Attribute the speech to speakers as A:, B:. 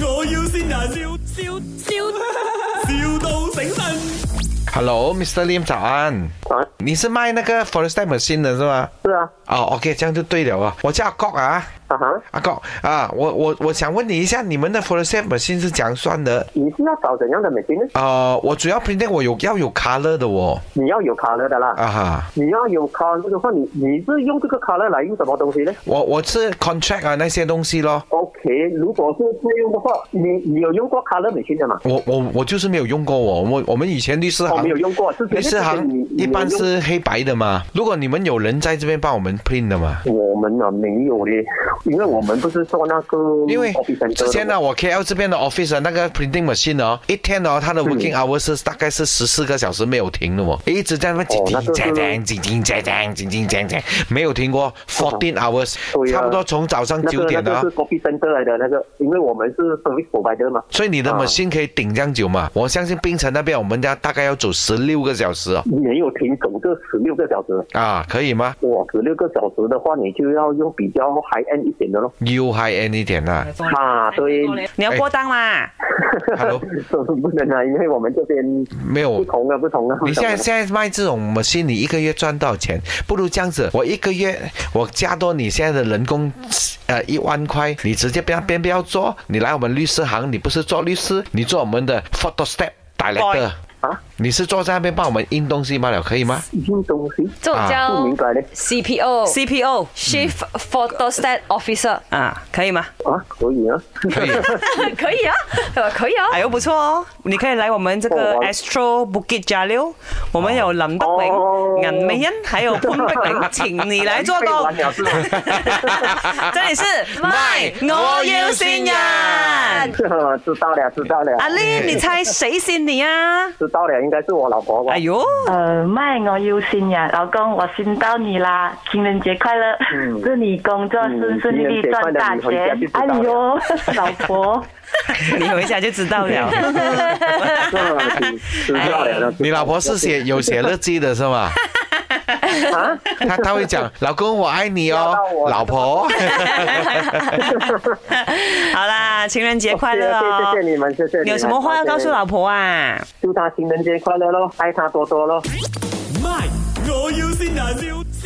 A: 要先人，笑笑笑，,笑到醒神。
B: Hello，Mr. Lim，早安。
C: 早安
B: 你是卖那个 Forest m a c h i n 的是吗？
C: 啊是啊，
B: 哦、o k 这样就对了啊。我叫阿国啊，
C: 啊哈，
B: 阿国啊，我我我想问你一下，你们的 Forest m a c h i n 是怎样算的？
C: 你是要找怎样的美金呢？
B: 呃，我主要 print 我有要有 color 的哦，
C: 你要有卡勒的啦，
B: 啊哈，
C: 你要有卡勒的话，你你是用这个卡勒来用什么东西呢
B: 我我是 contract 啊那些东西咯，
C: ？OK，如果是这样的话，你你有用过卡勒美金的吗？
B: 我我我就是没有用过哦我我我们以前律师
C: 我
B: 行
C: 哦没有用过，之前
B: 律师行
C: 之前你你
B: 一般
C: 有用
B: 是黑白的嘛，如果你们有人在这边帮我们 print 的嘛。
C: 我们呢没有嘞，因为我们不是做那个
B: 因为
C: office center 的
B: 之前呢，我 KL 这边的 office 的那个 printing machine 哦，一天哦，它的 working hours 是大概是十四个小时没有停的哦，一直在那边
C: 哦
B: 叮
C: 那
B: 叮
C: 就是
B: 叮叮叮叮叮叮叮叮叮叮，没有停过 fourteen hours，
C: 对啊
B: 差不多从早上
C: 那
B: 九
C: 个那
B: 点
C: 个
B: 啊
C: 是，copy center 来的那个，因为我们是 service provider 嘛。
B: 所以你的
C: 啊
B: machine 可以顶这样久嘛？我相信槟城那边我们家大概要走十六个小时哦，
C: 没有停走这十六个小时，
B: 啊，可以吗？
C: 哇，十六个小时的话，你就要用比较 high end 一点的咯。
B: u high end 一点啦
C: 啊，对，
D: 你要过档
C: 哎
D: 啦，
B: ，Hello，
C: 不能啊，因为我们这边
B: 没有
D: 哦
C: 不。同啊，不同啊。
B: 你现在
C: 不同啊
B: 现在卖这种 machine，你一个月赚多少钱？不如这样子，我一个月我加多你现在的人工，呃，一万块，你直接不要边不要做，你来我们律师行，你不是做律师，你做我们的 photo step director，
C: 啊，
B: 你是坐在那边帮我们印东西罢了，可以吗？
C: 印东西
D: 啊
E: 这种
C: 不
E: 叫
C: 明白嘞
E: CPO。
D: 嗯 CPO
E: Chief Photostat Officer，
D: 啊，可以吗？
C: 啊，可以啊。
B: 可以。
E: 可以啊， 呃可以啊。
D: 哎呦，不错哦，你可以来我们这个
C: 哦我
D: Astro Bukit Jalil，我们有林德
C: 哦
D: 荣、颜美欣，还有潘碧 玲，请你来做
C: 被
D: 工
C: 玩。了是吧？
D: 这 里是 My 我要先人，
E: 啊
D: 阿
C: 啊知道了，知道了，
D: Lin，你猜谁先你啊？
C: 知道了，应该是我老婆吧
D: 哎。 呦，
F: 呃，麦，我有心呀，老公，我心到你啦，情人节快乐，
C: 嗯
F: 祝你工作顺顺利利赚大
C: 情人
F: 钱
C: 节！快
F: 哎
C: 乐你回家就知道
F: 呦，老
D: 你回
F: 婆，
D: 家就知道了。
C: 嗯知道了，知 道了
B: 你老婆是写有写日记的是 吗？
C: 啊？
B: 她她会讲，老公我爱你哦
C: 不要闹，我
B: 老婆。
D: 好啦，情人节快乐 哦！
C: 谢谢谢谢你们，谢谢你们。
D: 你有什么话要告诉老婆啊？
C: 祝她情人节快乐喽，爱她多多喽。
A: 卖，我要先人，笑笑